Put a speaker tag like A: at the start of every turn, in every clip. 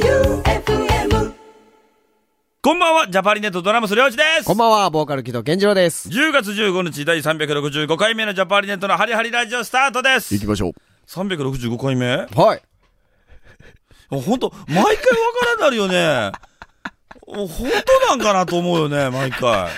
A: J-O-E-U-F-M
B: こんばんは、ジャパリネットドラムスりょうちです。
C: こんばんは、ボーカル木戸健次郎です。
B: 10月15日第365回目のジャパリネットのハリハリラジオスタートです。
C: ましょ
B: 365回目
C: う。はい。
B: ほんと、毎回わからんなるよね。ほんとなんかなと思うよね、毎回。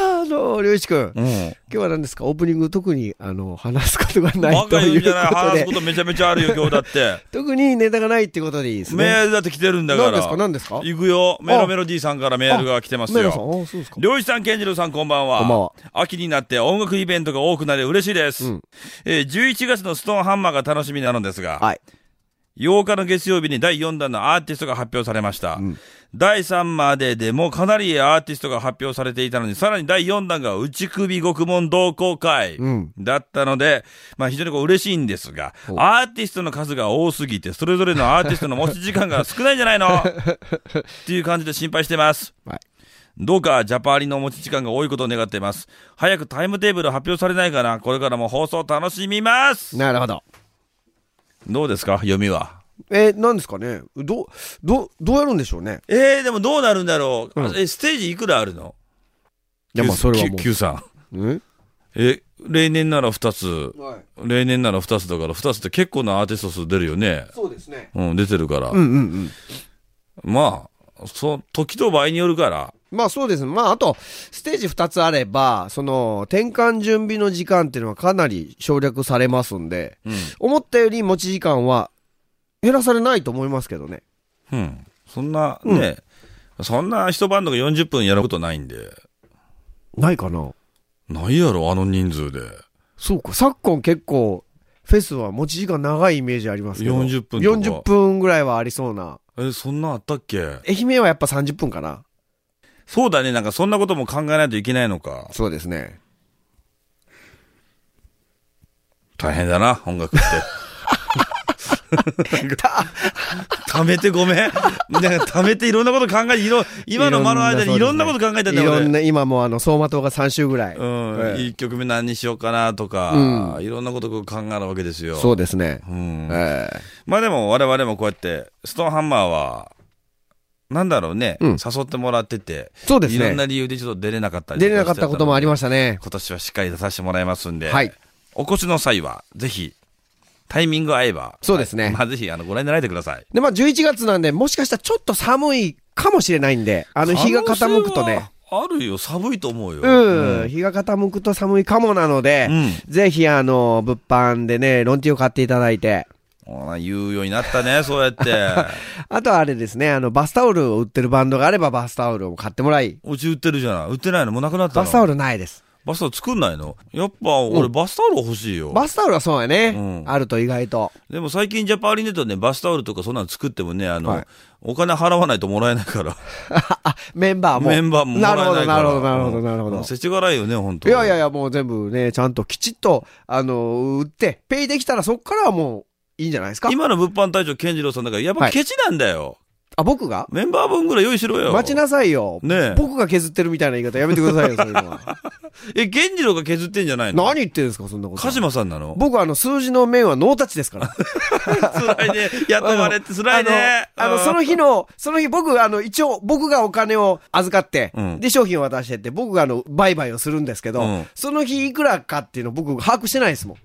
C: あの、りょういちくん、
B: う
C: 今
B: ん。
C: 日は何ですかオープニング特に、あの、話すことがない
B: バ
C: と
B: カ言
C: いううん
B: じゃない。
C: こと
B: 話す
C: で
B: こ、とめちゃめちゃあるよ、今日 だって。
C: 特にネタがないってことでいいです
B: メ
C: ね。
B: ールだって来てるんだから。
C: 何ですか何ですか
B: 行くよ。メロメロディーさんからメールが来てます
C: メロさん、
B: よ。
C: あ、そうですか。
B: 漁師さん、健次郎さん、こんばんは。
C: こんばんは
B: 秋になって音楽イベントが多くなり嬉しいです。
C: うん
B: えー11月のストーンハンマーが楽しみなのですが、
C: はい。
B: 8日の月曜日に第4弾のアーティストが発表されました。第3まででもかなりアーティストが発表されていたのに、さらに第4弾が内首獄門同好会
C: ん
B: だったので、まあ非常にこう嬉しいんですが、アーティストの数が多すぎて、それぞれのアーティストの持ち時間が少ないんじゃないの っていう感じで心配してます。
C: はい
B: どうかジャパーリの持ち時間が多いことを願っています。早くタイムテーブル発表されないかな。これからも放送楽しみます。
C: なるほど。
B: どうですか読みは。
C: えー、何ですかねどう、どう、どうやるんでしょうね。
B: えー、でもどうなるんだろう、
C: うん
B: えステージいくらあるの
C: いや、まあ、それはも
B: Q さん
C: う。ん
B: え例年なら2つ
C: はい。
B: 例年なら2つだから2つって結構なアーティスト数出るよね
C: そうですね。
B: うん出てるから、
C: うんうんうん。
B: まあそ時と場合によるから
C: まあそうです。まああと、ステージ2つあれば、その、転換準備の時間っていうのはかなり省略されますんで、思ったより持ち時間は減らされないと思いますけどね。
B: うんそんなね、そんな一晩とか40分やることないんで
C: ないかな
B: ないやろあの人数で
C: そうか。昨今結構、フェスは持ち時間長いイメージありますけど。
B: 40分とか
C: 40分ぐらいはありそうな。
B: えそんなあったっけ
C: 愛媛はやっぱ30分かな。
B: そうだねなんかそんなことも考えないといけないのか
C: そうですね。
B: 大変だな、音楽 って。ためてごめん。なんかためていろんなこと考えて、いろ今の間の間にいろんなこと考えて
C: い
B: んだよ、
C: ろん
B: 俺。
C: な、今もうあの、走馬灯が3周ぐらい。
B: うん、
C: ええ
B: 1曲目何にしようかなとか、いろんなことを考えるわけですよ。
C: そうですね。
B: うん
C: ええ
B: まあでも我々もこうやって、ストーンハンマーは、なんだろうね、
C: うん
B: 誘ってもらってて、
C: そうです
B: いろん
C: ね
B: な。理由でちょっと出れなかったり
C: 出れなかったこともあり
B: ま
C: ましたね。
B: 今年はしっかり出させてもらいますんで、
C: はい。
B: お越しの際は、ぜひ、タイミング合えば、
C: そうですね
B: はいまあ、ぜひ、あの、ご覧になられてください。
C: で、まあ11月なんで、もしかしたらちょっと寒いかもしれないんで、あの日が傾くとね、。
B: あるよ、寒いと思うよ。
C: うん、日が傾くと寒いかもなので、
B: うん
C: ぜひあの、物販でね、ロンティを買っていただいて、
B: ほら言うようになった ね、そうやって。
C: あとはあれですね、あの、バスタオルを売ってるバンドがあればバスタオルを買ってもらい、
B: うち売ってるじゃない。売ってないのもうなくなったの
C: バスタオ
B: ル。
C: ルないです。
B: バスタオル作んないのやっぱ、俺、バスタオル欲しいよ。
C: バスタオルはそうやね、
B: うん
C: あると意外と。
B: でも最近、ジャパーリネットね、バスタオルとかそんなの作ってもね、あの、
C: はい
B: お金払わないともらえないから。
C: あ、メンバーも。
B: メンバーももら
C: な
B: え
C: る
B: ない
C: ほ
B: から
C: ど、。なるほど、なるほど、なるほ
B: うん
C: ど。
B: 世知辛いよね、本当
C: いやいやい
B: や。
C: や、もう全部ね、ちゃんときちっと、あの、売って、ペイできたらそっからはもういいんじゃないですか。
B: 今の物販隊長、健次郎さんだから、やっぱ
C: はい
B: ケチなんだよ。
C: あ、僕が
B: メンバー分ぐらい用意しろよ。
C: 待ちなさいよ。
B: ねえ
C: 僕が削ってるみたいな言い方やめてくださいよ、そういう のは。
B: え、源次郎が削ってんじゃないの
C: 何言ってるんですか、そんなこと。
B: 鹿島さんなの
C: 僕あの、数字の面はノータッチで すから。
B: 辛いね。雇われって辛いね。
C: あの、あの
B: うん
C: その日の、その日僕、あの、一応、僕がお金を預かって、
B: うん
C: で、商品を渡してって、僕があの、売買をするんですけど、
B: うん
C: その日いくらかっていうの僕、把握してないですもん。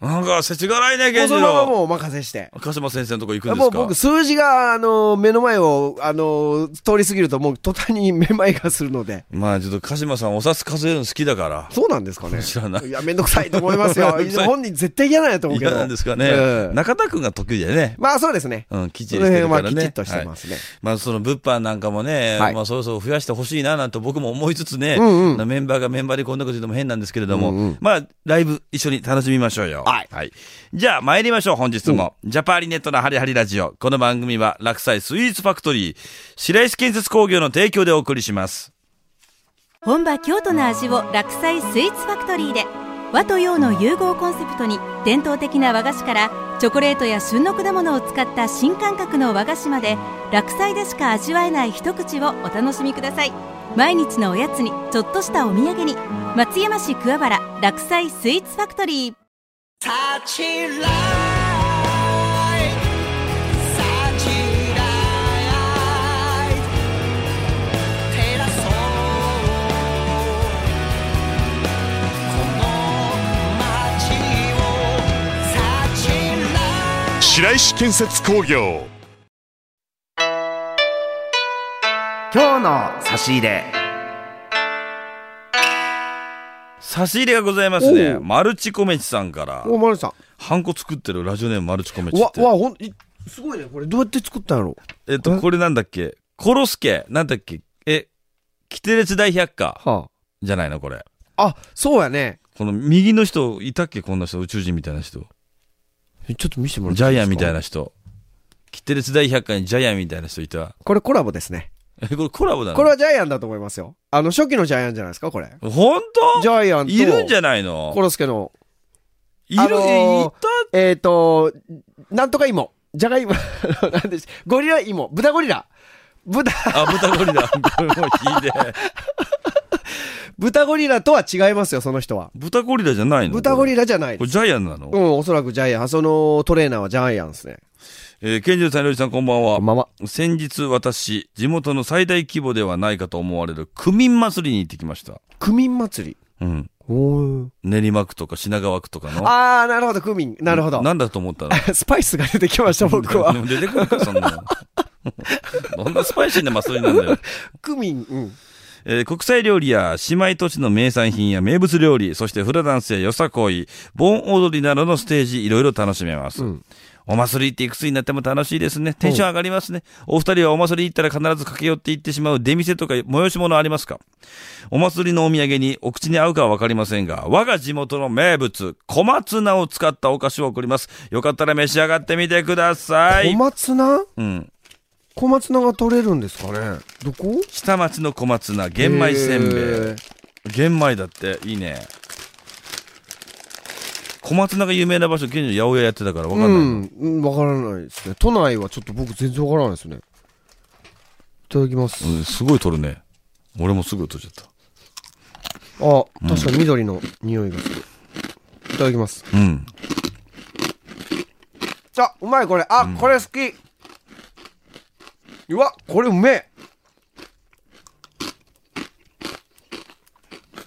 B: なんか、世知辛いね、
C: もう
B: 源
C: そ
B: 次
C: のまま
B: 郎。
C: もうお任せして。
B: 鹿島先生のとこ行くんで
C: も
B: す
C: う
B: か
C: 僕、数字が、あの、目の前を、あの、通り過ぎると、もう途端にめまいがするので。
B: まあ、ちょっと鹿島さんお札数えるの好きだから。
C: そうなんですか ね。
B: 知らない
C: いや、めんどくさいと思います よ。
B: めんどくさい
C: 本人絶対嫌なんやと思うけど。
B: 嫌なんですかね。
C: ええ
B: 中田くんが得意だよね。
C: まあそうですね。
B: うん、きっち
C: そ
B: り
C: の
B: して
C: 辺
B: る
C: は
B: からね。
C: きちっとしてま
B: はい
C: すね。
B: まあ、その物販なんかもね、
C: はい
B: まあ、そろそろ増やしてほしいな、なんて僕も思いつつね、
C: うんうん
B: メンバーがメンバーでこんなこと言うのも変なんですけれども、
C: うんうん
B: まあ、ライブ一緒に楽しみましょうよ。
C: はい
B: じゃあ、参りましょう、本日も。ジャパーリネットのハリハリラジオ。この番組は、落栽スイーツファクトリー、白石建設工業の提供でお送りします。
D: 本場京都の味を落菜スイーツファクトリーで和と洋の融合コンセプトに伝統的な和菓子からチョコレートや旬の果物を使った新感覚の和菓子まで落菜でしか味わえない一口をお楽しみください毎日のおやつにちょっとしたお土産に松山市桑原落菜スイーツファクトリー
E: 立ち来い白石建設工業
F: 今日の差し入れ
B: 差し入れがございますね
C: おう
B: マルチコメチさんから
C: おまるさ
B: ハンコ作ってるラジオネームマルチコメ
C: ん
B: チ
C: うわ
B: っ
C: う
B: て
C: わほんいすごいねこれどうやって作ったんやろ
B: えっとこれなんだっけコロスケなんだっけえキテレツ大百科
C: は
B: じゃないのこれ
C: ああそうやね
B: この右の人いたっけこんな人宇宙人みたいな人
C: えちょっと見せてもらって
B: ジャイアンみたい
C: な
B: な人キテレツ大百科にジャイアンみたいな人いた
C: これコラボですね
B: えこれコラボなの
C: これはジャイアンだと思いますよあの初期のジャイアンじゃないですかこれ
B: 本
C: ジ
B: 当
C: ャイアンと
B: いるんじゃ
C: ゃ
B: ないの
C: コロスケの
B: いる、
C: あのー
B: いた
C: えっ、ー、となんとか芋じゃがいも なんでしゴリラ芋豚ゴリラ豚
B: あ、豚ゴリ ラ。これもうひでえ。
C: 豚ゴリラとは違いますよその人は
B: 豚ゴリラじゃないの
C: 豚ゴリ
B: ラ。
C: ラじゃない
B: これジャイアンなの、
C: うん、おそらくジャイアン。そのトレーナーはジャイアンですね。
B: えー、ケンジュウさん、りょうじさん、こんばんは。
C: まま。
B: 先日私、地元の最大規模ではないかと思われる区民祭りに行ってきました。
C: 区民祭り。
B: うん。
C: お
B: 練馬区とか品川区とかの。
C: あー、なるほど、区民。なるほど。
B: なんだと思った の
C: スパイスが出てきました、僕は。
B: 出てくるか、そんなの。 どんなスパイシーな祭りなんだよ。
C: 区民、うん。
B: えー国際料理や姉妹都市の名産品や名物料理、そしてフラダンスやよさこい、盆踊りなどのステージ、いろいろ楽しめます。お祭りっていくつになっても楽しいですね。テンション上がりますね。お二人はお祭り行ったら必ず駆け寄って行ってしまう出店とか催し物ありますかお祭りのお土産にお口に合うかはわかりませんが、我が地元の名物、小松菜を使ったお菓子を送ります。よかったら召し上がってみてくださ
C: 小
B: い。
C: 松菜
B: うん。
C: 小松菜が取れるんですかねどこ
B: 下町の小松菜、玄米せんべい。
C: い。
B: 玄米だっていいね小松菜が有名な場所近所に八百屋やってたから分
C: う
B: かんない、
C: ん、うんわからないですね。都内はちょっと僕全然わからないですね。いただきます。
B: うんすごい取るね俺もすぐ取っちゃっ
C: あ、確かに緑の匂いがする。いただきます。
B: たうん
C: あ、うまいこれ。あ、これ好き。うわ、これうめえ。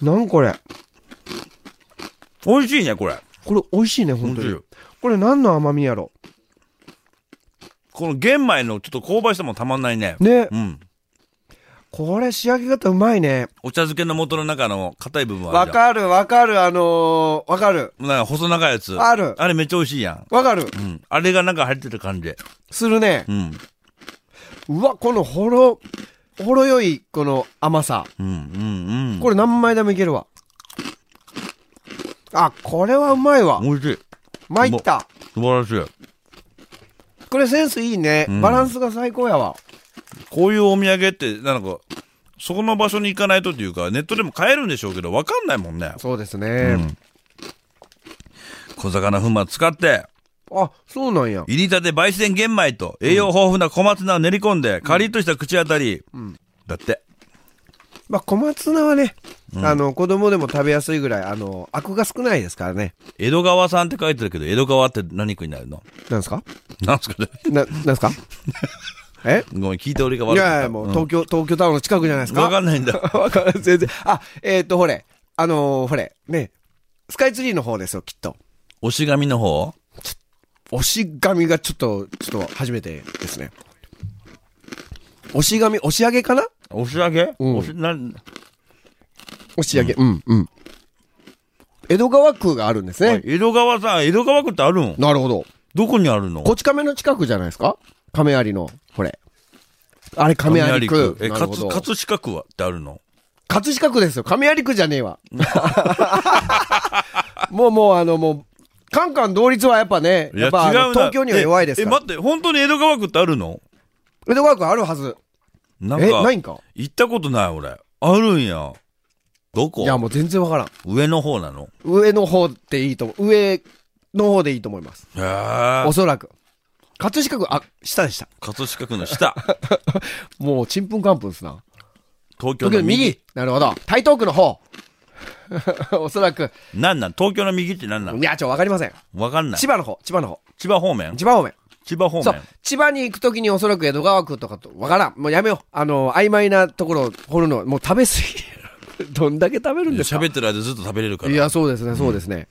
C: なんこれ。
B: 美味しいねこれ
C: これ美味しいね、本当
B: 美味し
C: に
B: い。
C: これ何の甘みやろ。
B: この玄米のちょっと香ばしさもたまんないね
C: ね
B: う、ん
C: これ仕上げ方うまいね。
B: お茶漬けの元の中の硬い部分あ
C: わ
B: るじゃ
C: かる、わかる、あのー、わかる。
B: んなんか細長いやつ
C: ある
B: あれめっちゃ美味しいやん
C: わかる。
B: うん、あれがなんか入ってる感じ。
C: するね
B: う。ん。
C: うわ、このほろ、ほろよい、この甘さ。
B: うん、うん、うん。
C: これ何枚でもいけるわ。あ、これはうまいわ。
B: 美味しい。
C: 参った。
B: 素晴らしい。
C: これセンスいいね、
B: ん
C: バランスが最高やわ
B: こういうお土産って、なんか、そこの場所に行かないとっていうか、ネットでも買えるんでしょうけど、わかんないもんね。
C: そうですね、
B: 小魚粉末使って、
C: あそうなんや
B: 入りたて焙煎玄米と栄養豊富な小松菜を練り込んで、カリッとした口当たり。だって。
C: まあ小松菜はね、あの子供でも食べやすいぐらいあのアクが少ないですからね
B: 江戸川さんって書いてるけど、江戸川って何区になるの
C: なんですか
B: なんすかね
C: ななん ですかえ
B: ごめん、聞いて俺が
C: い
B: 悪かった
C: やいやもう東京、東京タワーの近くじゃないですか
B: わかんないんだ。
C: わかんない全然あえっ、とほれあのーほれねスカイツリーの方ですよきっと
B: 押し紙の方
C: 押し紙がちょっとちょっと初めてですね押し紙押し上げかな
B: 押し上げ、
C: うん
B: 押し、なん、
C: 押し上げ、うん、うん。江戸川区があるんですね。
B: 江戸川さん、江戸川区ってあるん
C: なるほど。
B: どこにあるの
C: こち亀の近くじゃないですか亀有の、これ。あれ、亀有区。
B: え、
C: な
B: か
C: るほ
B: つ、
C: ど
B: 葛飾区はってあるの
C: 葛飾区ですよ。亀有区じゃねえわ。 もうもう、あの、もう、カンカン同率はやっぱね、
B: いや、
C: やっぱあ
B: 違う
C: の
B: な。
C: 東京には弱いです
B: え、え
C: から
B: 待。って、本当に江戸川区ってあるの
C: 江戸川区あるはず。
B: なんか、
C: え、ないんか
B: 行ったことない、俺。あるんや。どこ
C: いや、もう全然わからん。
B: 上の方なの
C: 上の方でいいと思う。上の方でいいと思います。
B: へ
C: お
B: ー
C: そらく。葛飾区、あ、下でした。
B: 葛飾区の 下。
C: もう、ちんぷんかんぷんっすな。
B: 東京の
C: 東京の
B: 右。
C: 右。なるほど。台東区の方。 おそらく。
B: なんなん東京の右ってなんなん
C: いや、ちょ、わかりません。
B: わかんない。
C: 千葉の方、千葉の方。
B: 千葉方面
C: 千葉方面。
B: 千葉方
C: そ
B: 面
C: う。。千葉に行くときにおそらく江戸川区とかと、わからん。もうやめよう。あの、曖昧なところを掘るのは、もう食べ過ぎ。どんだけ食べるんですか
B: 喋ってる間ずっと食べれるから。
C: いや、そうですね、そうですね。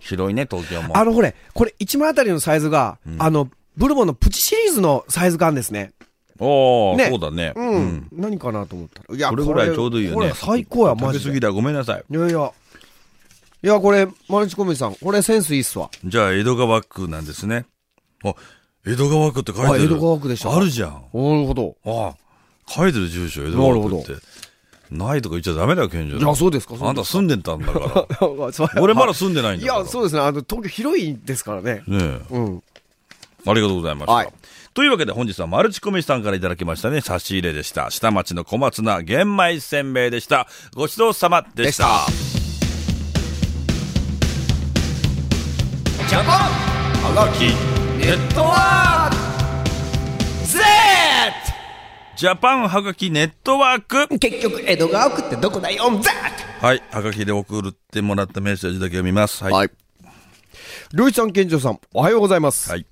B: 広いね、東京も。
C: あのほれ、これ1枚あたりのサイズが、あの、ブルボンのプチシリーズのサイズ感ですね。
B: おー、
C: ね
B: そうだね。
C: うん。何かなと思ったら。いや
B: これぐらいちょうどいいよね。
C: これ最高や、マ
B: 食べ
C: ジ
B: 過
C: で。
B: ぎ
C: い
B: だ、ごめんなさい。
C: やいや。いや、これ、マルチコミさん、これセンスいいっすわ。
B: じゃあ、江戸川区なんですね。あ、江戸川区って書いてる。
C: あ江戸川区でした
B: あるじゃん。
C: なるほど。
B: ああ、書いてる住所、江戸川区っ
C: なるほ
B: て。ないとか言っちゃダメだよ、県庁
C: いや、そうですか、
B: あんた住んでたんだから。
C: 俺
B: 俺まだ住んでないん
C: い
B: だから。
C: や、そうですね。あの、東京広いですからね。
B: ねえ。
C: うん。
B: ありがとうございました。
C: はい
B: というわけで本日はマルチコミさんからいただきましたね、差し入れでした。下町の小松菜玄米せんべいでした。ごちそうさまでした。
C: ジャパン
B: はがきネットワーク
C: Z!
B: ジャパンはがきネットワーク
C: 結局、江戸川区ってどこだよ、Z!
B: はい、はがきで送ってもらったメッセージだけ読みます。はい。
C: はい。りょういちさん、健二郎さん、おはようございます。
B: はい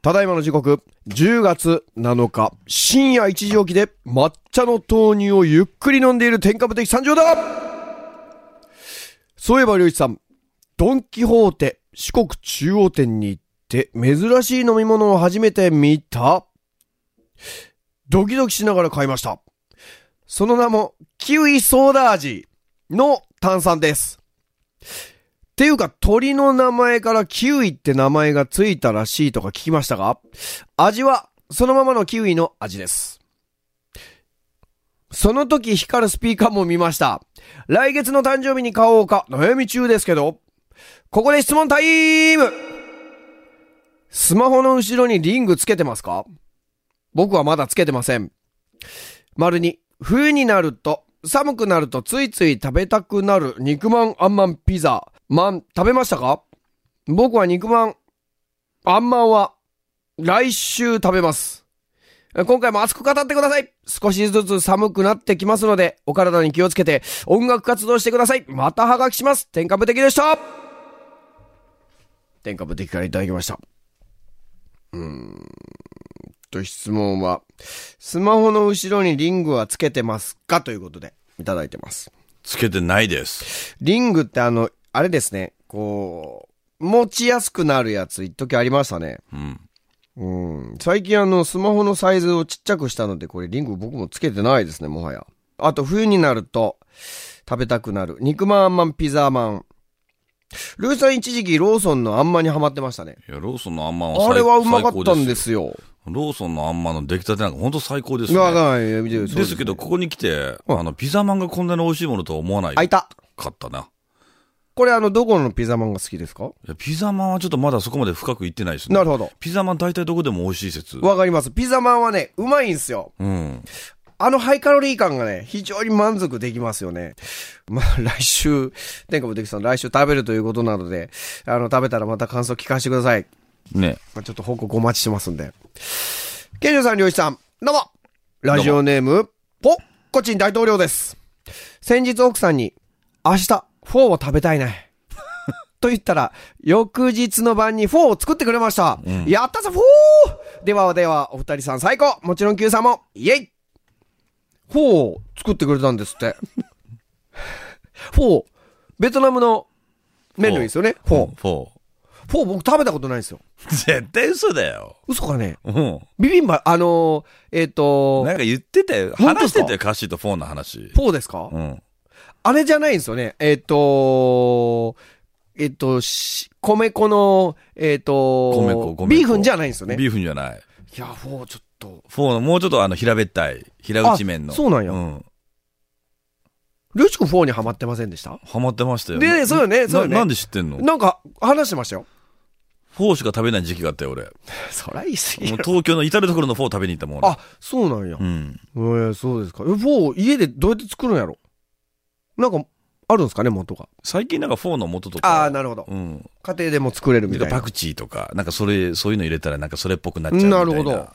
C: ただいまの時刻、10月7日、深夜1時起きで、抹茶の豆乳をゆっくり飲んでいる天下無敵参上だそういえば、りょういちさん、ドン・キホーテ、四国中央店に行って、珍しい飲み物を初めて見たドキドキしながら買いました。その名も、キウイソーダ味の炭酸です。っていうか、鳥の名前からキウイって名前がついたらしいとか聞きましたが、味はそのままのキウイの味です。その時光るスピーカーも見ました。来月の誕生日に買おうか悩み中ですけど、ここで質問タイムスマホの後ろにリングつけてますか僕はまだつけてません。丸に、冬になると、寒くなるとついつい食べたくなる肉まんあんまんピザ。まん、食べましたか僕は肉まん、あんまんは、来週食べます。今回も熱く語ってください少しずつ寒くなってきますので、お体に気をつけて、音楽活動してくださいまたハガキします天下無敵でした天下無敵からいただきました。うーんと、質問は、スマホの後ろにリングはつけてますかということで、いただいてます。
B: つけてないです。
C: リングってあの、あれですね、こう、持ちやすくなるやつ、一時ありましたね。
B: うん。
C: うん。最近あの、スマホのサイズをちっちゃくしたので、これリング僕もつけてないですね、もはや。あと、冬になると、食べたくなる。肉まんあんまん、ピザあんまん。ルーさん一時期ローソンのあんまんにハマってましたね。
B: いや、ローソンのあんまんは最
C: あれはうまかっ
B: 最
C: た
B: 高
C: ん
B: よ
C: ですよ。
B: ローソンのあんまんの出来たてなんか本当最高ですね。
C: わかんない見てるそう
B: ですけど、ここに来て、あの、ピザマンがこんなに美味しいものとは思わない。
C: あいた。
B: かったな。
C: これあの、どこのピザマンが好きですか
B: いやピザマンはちょっとまだそこまで深くいってないですね。
C: なるほど。
B: ピザマン大体どこでも美味しい説。
C: わかります。ピザマンはね、うまいんすよ。
B: うん。
C: あのハイカロリー感がね、非常に満足できますよね。まあ、来週、天下無敵さん、来週食べるということなので、あの、食べたらまた感想聞かせてください。
B: ね。
C: まあ、ちょっと報告お待ちしてますんで。ケンジョさん、りょうしさん、どうもラジオネーム、ポッコチン大統領です。先日奥さんに、明日、フォーを食べたいね。 と言ったら、翌日の晩にフォーを作ってくれました。やったぞ、フォーではでは、お二人さん最高もちろん Q さんも、イェイフォーを作ってくれたんですって。 フォー、ベトナムの麺類ですよね。フォー。
B: フォ
C: フォー僕食べたことないんですよ。
B: ー。絶対嘘だよ。
C: 嘘かね
B: うん。
C: ビビンバ、あのー、えっ、と
B: なんか言ってたよ。
C: 本当で
B: 話
C: す
B: し
C: か
B: てたよ、カッシーとフォーの話。
C: フォーですか、
B: うん。
C: あれじゃないんですよね。えっ、とえっ、とし米粉の、えっ、と
B: 米粉、米粉。
C: ビーフンじゃないんですよね。い
B: ビーフンじゃない。
C: や、フォーちょっと。
B: フォーの、もうちょっとあの、平べったい、平打ち麺の。
C: あそうなんや
B: うん。
C: ルチコフォーにはまってませんでした
B: ハマってましたよ。
C: ね
B: な
C: そうよねそうよね
B: ななんで知ってんの
C: なんか、話してまし たよ。
B: フォーしか食べない時期があったよ、俺。も
C: そら言い過
B: う
C: ぎる。
B: 東京の至る所のフォー食べに行ったもん、俺。
C: あ、そうなんや。
B: う
C: え
B: ん。
C: ーそうですか。えフォー、家でどうやって作るんやろなんか、あるんですかね、元が。
B: 最近なんかフォーの元とか。
C: ああ、なるほど。
B: うん。
C: 家庭でも作れるみ
B: で
C: たい
B: パ
C: な。
B: クチーとか、なんかそれ、そういうの入れたらなんかそれっぽくなっちゃうみたいな。
C: なるほど。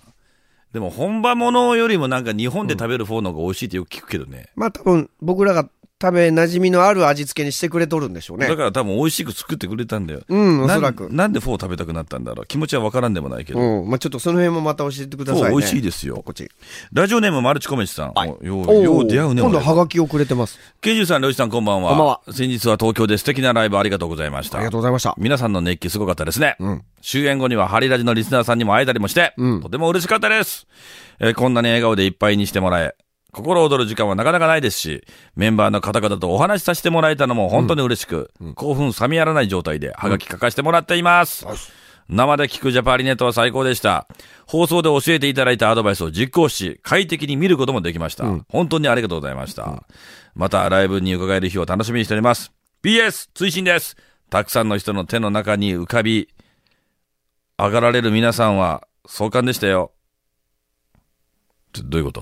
B: でも本場ものよりもなんか日本で食べるフォーの方が美味しいってよく聞くけどね。
C: まあ多分、僕らが食べ馴染みのある味付けにしてくれとるんでしょうね
B: だ。から多分美味しく作ってくれたんだよ。
C: うん、お
B: な
C: そ
B: ん
C: らく。
B: なんでフォー食べたくなったんだろう。気持ちはわからんでもないけど。
C: うん。まあちょっとその辺もまた教えてくだ
B: フォ
C: さ
B: ー
C: いね。
B: 美味しいですよ。
C: こっち。
B: ラジオネームマルチコメチさん。およ
C: お
B: う、よう出会うね。
C: 今度
B: 俺
C: はがきをくれてます。
B: ケンジュウさん、りょうしさん、こんばんは。
C: こんばんは
B: 先日は東京で素敵なライブありがとうございました。
C: ありがとうございました。
B: 皆さんの熱気すごかったですね。
C: うん
B: 終演後にはハリラジのリスナーさんにも会えたりもして、
C: うん
B: とても嬉しかったです、えーこんなに笑顔でいっぱいにしてもらえ、心躍る時間はなかなかないですし、メンバーの方々とお話しさせてもらえたのも本当に嬉しく、興奮冷めやらない状態でハガキ書かせてもらっています。生で聞くジャパリネットは最高でした。放送で教えていただいたアドバイスを実行し、快適に見ることもできました。本当にありがとうございました。またライブに伺える日を楽しみにしております。BS、追伸です。たくさんの人の手の中に浮かび、上がられる皆さんは壮観でしたよ。ちょどういうこと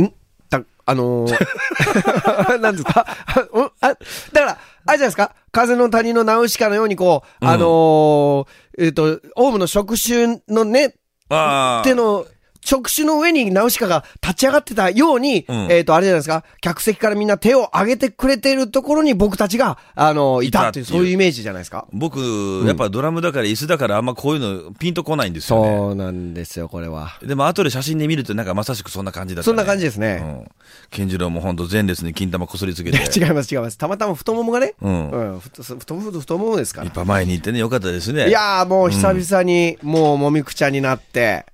C: んた、あのー、 なんですかうんあ、だから、あれじゃないですか風の谷のナウシカのようにこう、あのー、えっ、と、オウムの触手のね、
B: あ
C: 手の、触手の上にナウシカが立ち上がってたように、
B: ん
C: えっ、と、あれじゃないですか客席からみんな手を上げてくれているところに僕たちが、あのーいたっていう、
B: いたっていう
C: そういうイメージじゃないですか
B: 僕、やっぱドラムだから椅子だからあんまこういうのピンとこないんですよね。
C: そうなんですよ、これは。
B: でも後で写真で見るとなんかまさしくそんな感じだった、ね。
C: そんな感じです
B: う
C: ね。
B: ん。健次郎もほんと前列に金玉こすりつ けて。
C: 違います、違います。たまたま太ももがね、
B: うん
C: うん、ふと太もも、太ももですから
B: やっ。ぱ前に行ってね、よかったですね。
C: いやーもう久々に、もうもみくちゃになって。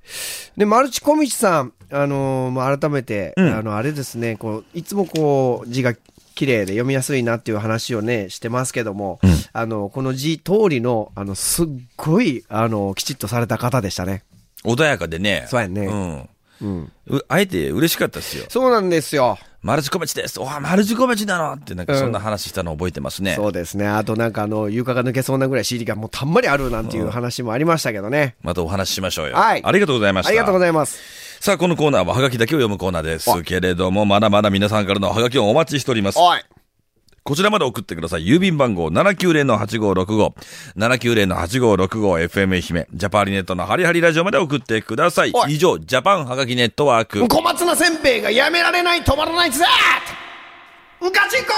C: で、マルチコミチさん、あのーもう改めて、あの、あれですね、こう、いつもこう、字が綺麗で読みやすいなっていう話をね、してますけども、あの、この字通りの、あの、すっごい、あの、きちっとされた方でしたね。
B: 穏やかでね。
C: そうやね
B: うん。うあえて嬉しかったですよ。
C: そうなんですよ。
B: マルチコメチです。わあ、マルチコメチなのってなんかそんな話したの覚えてますね。
C: そうですね。あとなんかあの、床が抜けそうなぐらい CD がもうたんまりあるなんていう話もありましたけどね。
B: またお話ししましょうよ。
C: はい
B: ありがとうございました。
C: ありがとうございます。
B: さあ、このコーナーはハガキだけを読むコーナーです。けれども、まだまだ皆さんからのハガキをお待ちしております。
C: おい。
B: こちらまで送ってください。郵便番号790-8565。790-8565 FM 愛媛。ジャパーリネットのハリハリラジオまで送ってください。
C: おい
B: 以上、ジャパンハガキネットワーク。
C: 小松菜せんべいがやめられない止まらないぜうかちんこ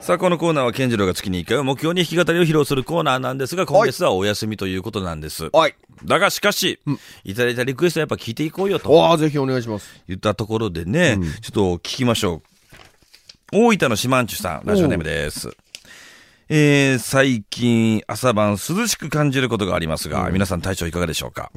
B: さあ、このコーナーは健次郎が月に1回を目標に弾き語りを披露するコーナーなんですが、今月はお休みということなんです。
C: はい
B: だがしかし、いただいたリクエストはやっぱ聞いていこうよと。
C: おーぜひお願いします
B: 言ったところでね、ちょっと聞きましょう。大分のシマンチュさん、ラジオネームです。えー、最近朝晩涼しく感じることがありますが、皆さん体調いかがでしょうか、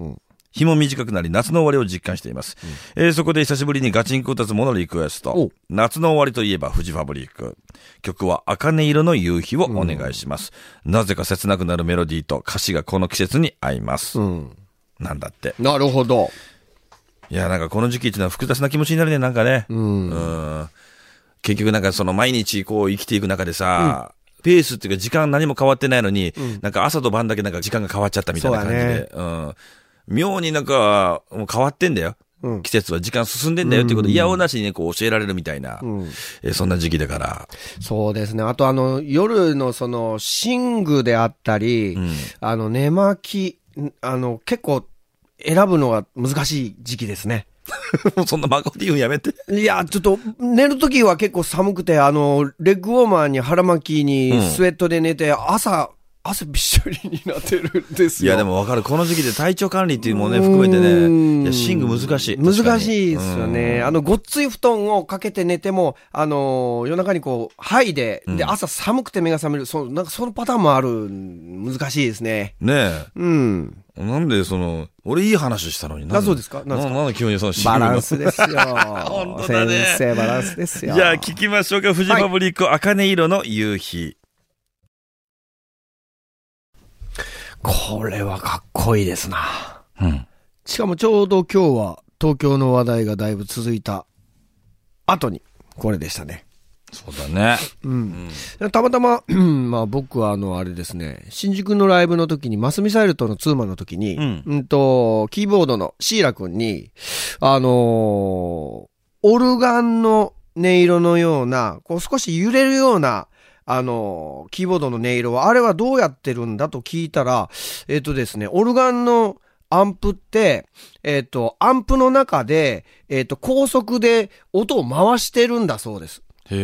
B: 日も短くなり夏の終わりを実感しています。えーそこで久しぶりにガチンコを立つものリクエス
C: お
B: ト。夏の終わりといえばフジファブリック。曲は茜色の夕日をお願いします。なぜか切なくなるメロディーと歌詞がこの季節に合います。なんだって。
C: なるほど
B: いや、なんかこの時期っていうのは複雑な気持ちになるね、なんかね。うん。結局なんかその毎日こう生きていく中でさ、ペースっていうか時間何も変わってないのに、なんか朝と晩だけなんか時間が変わっちゃったみたいな感じで。うん。妙になんか、もう変わってんだよ。季節は時間進んでんだよっていうこと、いやおうなしにね、こう教えられるみたいな、えーそんな時期だから。
C: そうですねあとあの夜のその寝具であったり、あの寝巻きんあの結構選ぶのが難しい時期ですね
B: もうそんな真顔で言うんやめて。
C: いや、ちょっと、寝るときは結構寒くて、あの、レッグウォーマーに腹巻きにスウェットで寝て、朝、汗びっしょりになってるんです
B: い
C: よ。
B: やでもわかる。この時期で体調管理っていうものね、含めてね。いや、シング難しい。
C: 難しいですよ
B: ね
C: ね。あの、ごっつい布団をかけて寝ても、あのー、夜中にこう、はいで、で、朝寒くて目が覚める、そう、なんかそのパターンもある、難しいですね。
B: ね
C: うん。
B: え。なんで、その、俺いい話したのに。なん
C: あそうですか
B: な
C: なんんですか
B: なんで急にそのシング
C: バ
B: ルの
C: ランス ですよ。
B: 当だね
C: 先生、バランスです
B: じ
C: よ。
B: ゃあ聞きましょうか。フジファブリック、茜色の夕日。
C: これはかっこいいですな。
B: うん。
C: しかもちょうど今日は、東京の話題がだいぶ続いた後に、これでしたね。
B: そうだね。
C: うんたまたま、うんまあ、僕はあのあれですね新宿のライブの時にマスミサイルとのツーマンの時に、
B: うん
C: とキーボードのシーラ君にあのーオルガンの音色のようなこう少し揺れるようなあのーキーボードの音色はあれはどうやってるんだと聞いたらえっ、とですねオルガンのアンプって、えっ、と、アンプの中で、えっ、と、高速で音を回してるんだそうです。
B: へ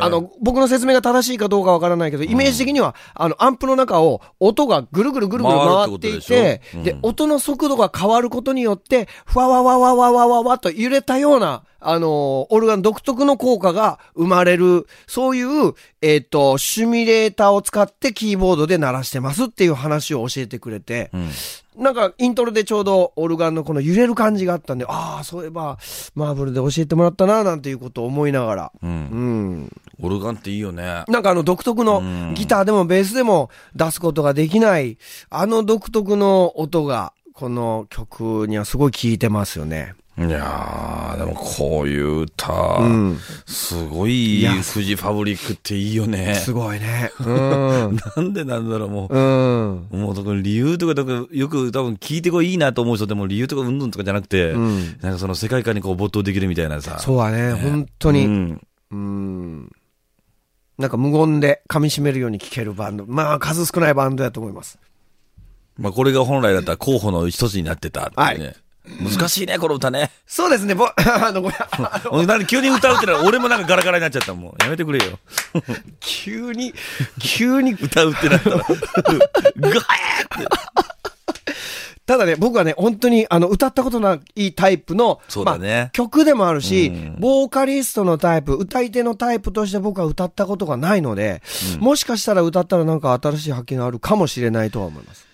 B: え。
C: あ、の、僕の説明が正しいかどうかわからないけど、イメージ的には、あの、アンプの中を音がぐるぐるぐるぐる回ってい
B: 回るって
C: て
B: ことでしょうん、
C: で、音の速度が変わることによって、ふわわわわわわわわと揺れたような、あのー、オルガン独特の効果が生まれる、そういう、えっ、と、シミュレーターを使ってキーボードで鳴らしてますっていう話を教えてくれて、
B: うん。
C: なんかイントロでちょうどオルガンのこの揺れる感じがあったんで、ああ、そういえば、マーブルで教えてもらったな、なんていうことを思いながら、
B: うん。
C: うん。
B: オルガンっていいよね。
C: なんかあの独特
B: うん
C: のギターでもベースでも出すことができない、あの独特の音が、この曲にはすごい効いてますよね。
B: いやー、でもこういう歌、
C: うん。
B: すごい、
C: いや
B: フジファブリックっていいよね。
C: すごいね。うん。
B: なんでなんだろう、もう。
C: うん。
B: もう特に理由とか、だからよく多分聞いてこういいなと思う人でも理由とかうんぬんとかじゃなくて、
C: うん
B: なんかその世界観にこう没頭できるみたいなさ。
C: そうだね、本当
B: う
C: に。
B: ん
C: うん。なんか無言で噛み締めるように聴けるバンド。まあ数少ないバンドだと思います。
B: まあこれが本来だったら候補の一つになってたっていうね。難しいね、この歌ね。
C: そうですね、ぼ、 あの、ご めん。あの
B: 俺なんで急に歌うってのは俺もなんかガラガラになっちゃったもん。やめてくれよ。
C: 急に、急に
B: 歌うってなったら。 ガー
C: ただね、僕はね、本当に、あの、歌ったことないタイプの、
B: そうだね
C: まあ曲でもあるし、
B: うん
C: ボーカリストのタイプ、歌い手のタイプとして僕は歌ったことがないので、もしかしたら歌ったらなんか新しい発見があるかもしれないとは思います。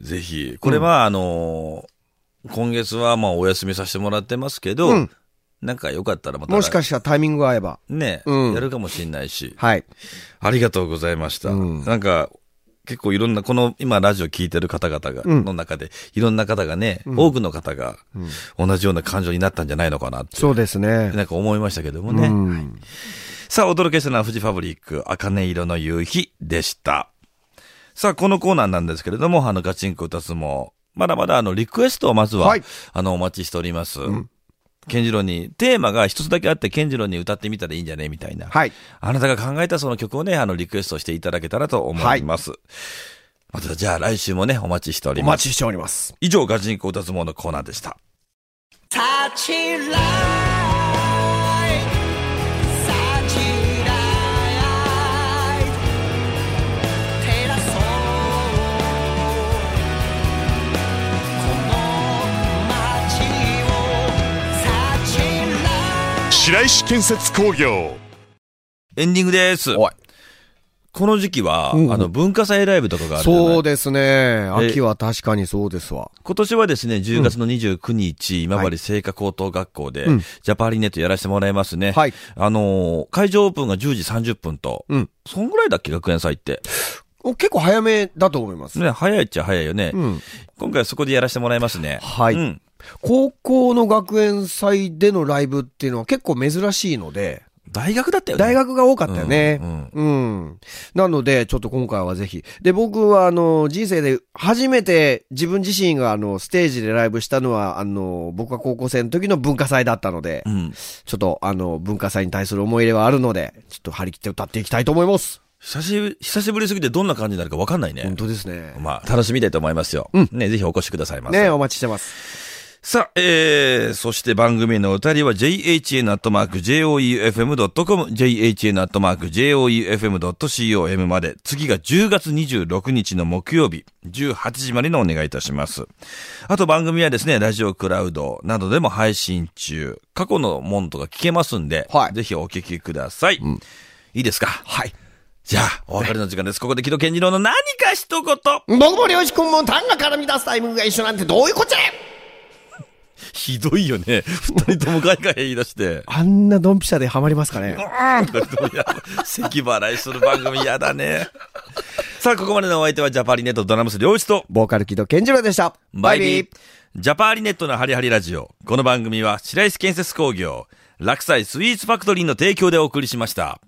B: ぜひ。これは、あのー今月はまあお休みさせてもらってますけど、
C: うん
B: なんかよかったらまた、
C: もしかしたらタイミングが合えば。
B: ね、
C: うん
B: やるかもしれないし。
C: はい。
B: ありがとうございました。
C: うん
B: なんか、結構いろんな、この今ラジオ聞いてる方々が、
C: うん
B: の中で、いろんな方がね、多くの方が、同じような感情になったんじゃないのかなって。
C: そうですね。
B: なんか思いましたけどもね。
C: うん
B: さあ、お届けしたのは富士ファブリック、茜色の夕日でした。さあ、このコーナーなんですけれども、あの、ガチンコ歌相撲。まだまだあの、リクエストをまずは、
C: はい
B: あの、お待ちしております。ケンジロウに、テーマが一つだけあって、ケンジロウに歌ってみたらいいんじゃねみたいな。
C: はい。
B: あなたが考えたその曲をね、あの、リクエストしていただけたらと思います。また、じゃあ来週もね、お待ちしており
C: お
B: ます。
C: 待ちしております。
B: 以上、ガチンコ歌相撲のコーナーでした。
E: 白石建設工業
B: エンディングです。
C: おい
B: この時期は、
C: うんうん
B: あの、文化祭ライブとかがあるじゃない
C: そうですね。秋は確かにそうですわ。
B: 今年はですね、10月の29日、今治聖火高等学校で、
C: うん
B: ジャパリネットやらせてもらいますね。
C: はい。
B: あのー会場オープンが10時30分と、
C: うん
B: そんぐらいだっけ、学園祭って。
C: お結構早めだと思います。
B: ね、早いっちゃ早いよね。
C: うん。
B: 今回はそこでやらせてもらいますね。
C: はい
B: うん。
C: 高校の学園祭でのライブっていうのは結構珍しいので、
B: 大学だったよね。
C: 大学が多かったよね。
B: う
C: うん、なので、ちょっと今回はぜひ。で、僕は、あの、人生で初めて自分自身が、あの、ステージでライブしたのは、あの、僕が高校生の時の文化祭だったので、
B: うん。
C: ちょっと、あの、文化祭に対する思い入れはあるので、ちょっと張り切って歌っていきたいと思います。
B: 久しぶり、久しぶりすぎてどんな感じになるかわかんないね
C: 本。当ですね。
B: まあ、楽しみたいと思いますよ。ね、ぜひお越しくださいませ。
C: ねお待ちしてます。
B: さあ、えー、そして番組へのお便りは jhn.joeufm.com、jhn.joeufm.com まで、次が10月26日の木曜日、18時までのお願いいたします。あと番組はですね、ラジオクラウドなどでも配信中、過去のものとか聞けますんで、
C: はい
B: ぜひお聞きください。いいですか
C: はい。
B: じゃあ、お別れの時間です。ここで木戸健二郎の何か一言
C: 僕も漁師君も単が絡み出すタイミングが一緒なんてどういうこっちゃね
B: ひどいよね。二人ともガイガイ言い出して。
C: あんなドンピシャでハマりますかね。
B: いや咳払いする番組やだね。さあ、ここまでのお相手はジャパリネットドラムス両一と、
C: ボーカル木戸健次郎でした。
B: バイビー。ジャパーリネットのハリハリラジオ。この番組は白石建設工業、落栽スイーツファクトリーの提供でお送りしました。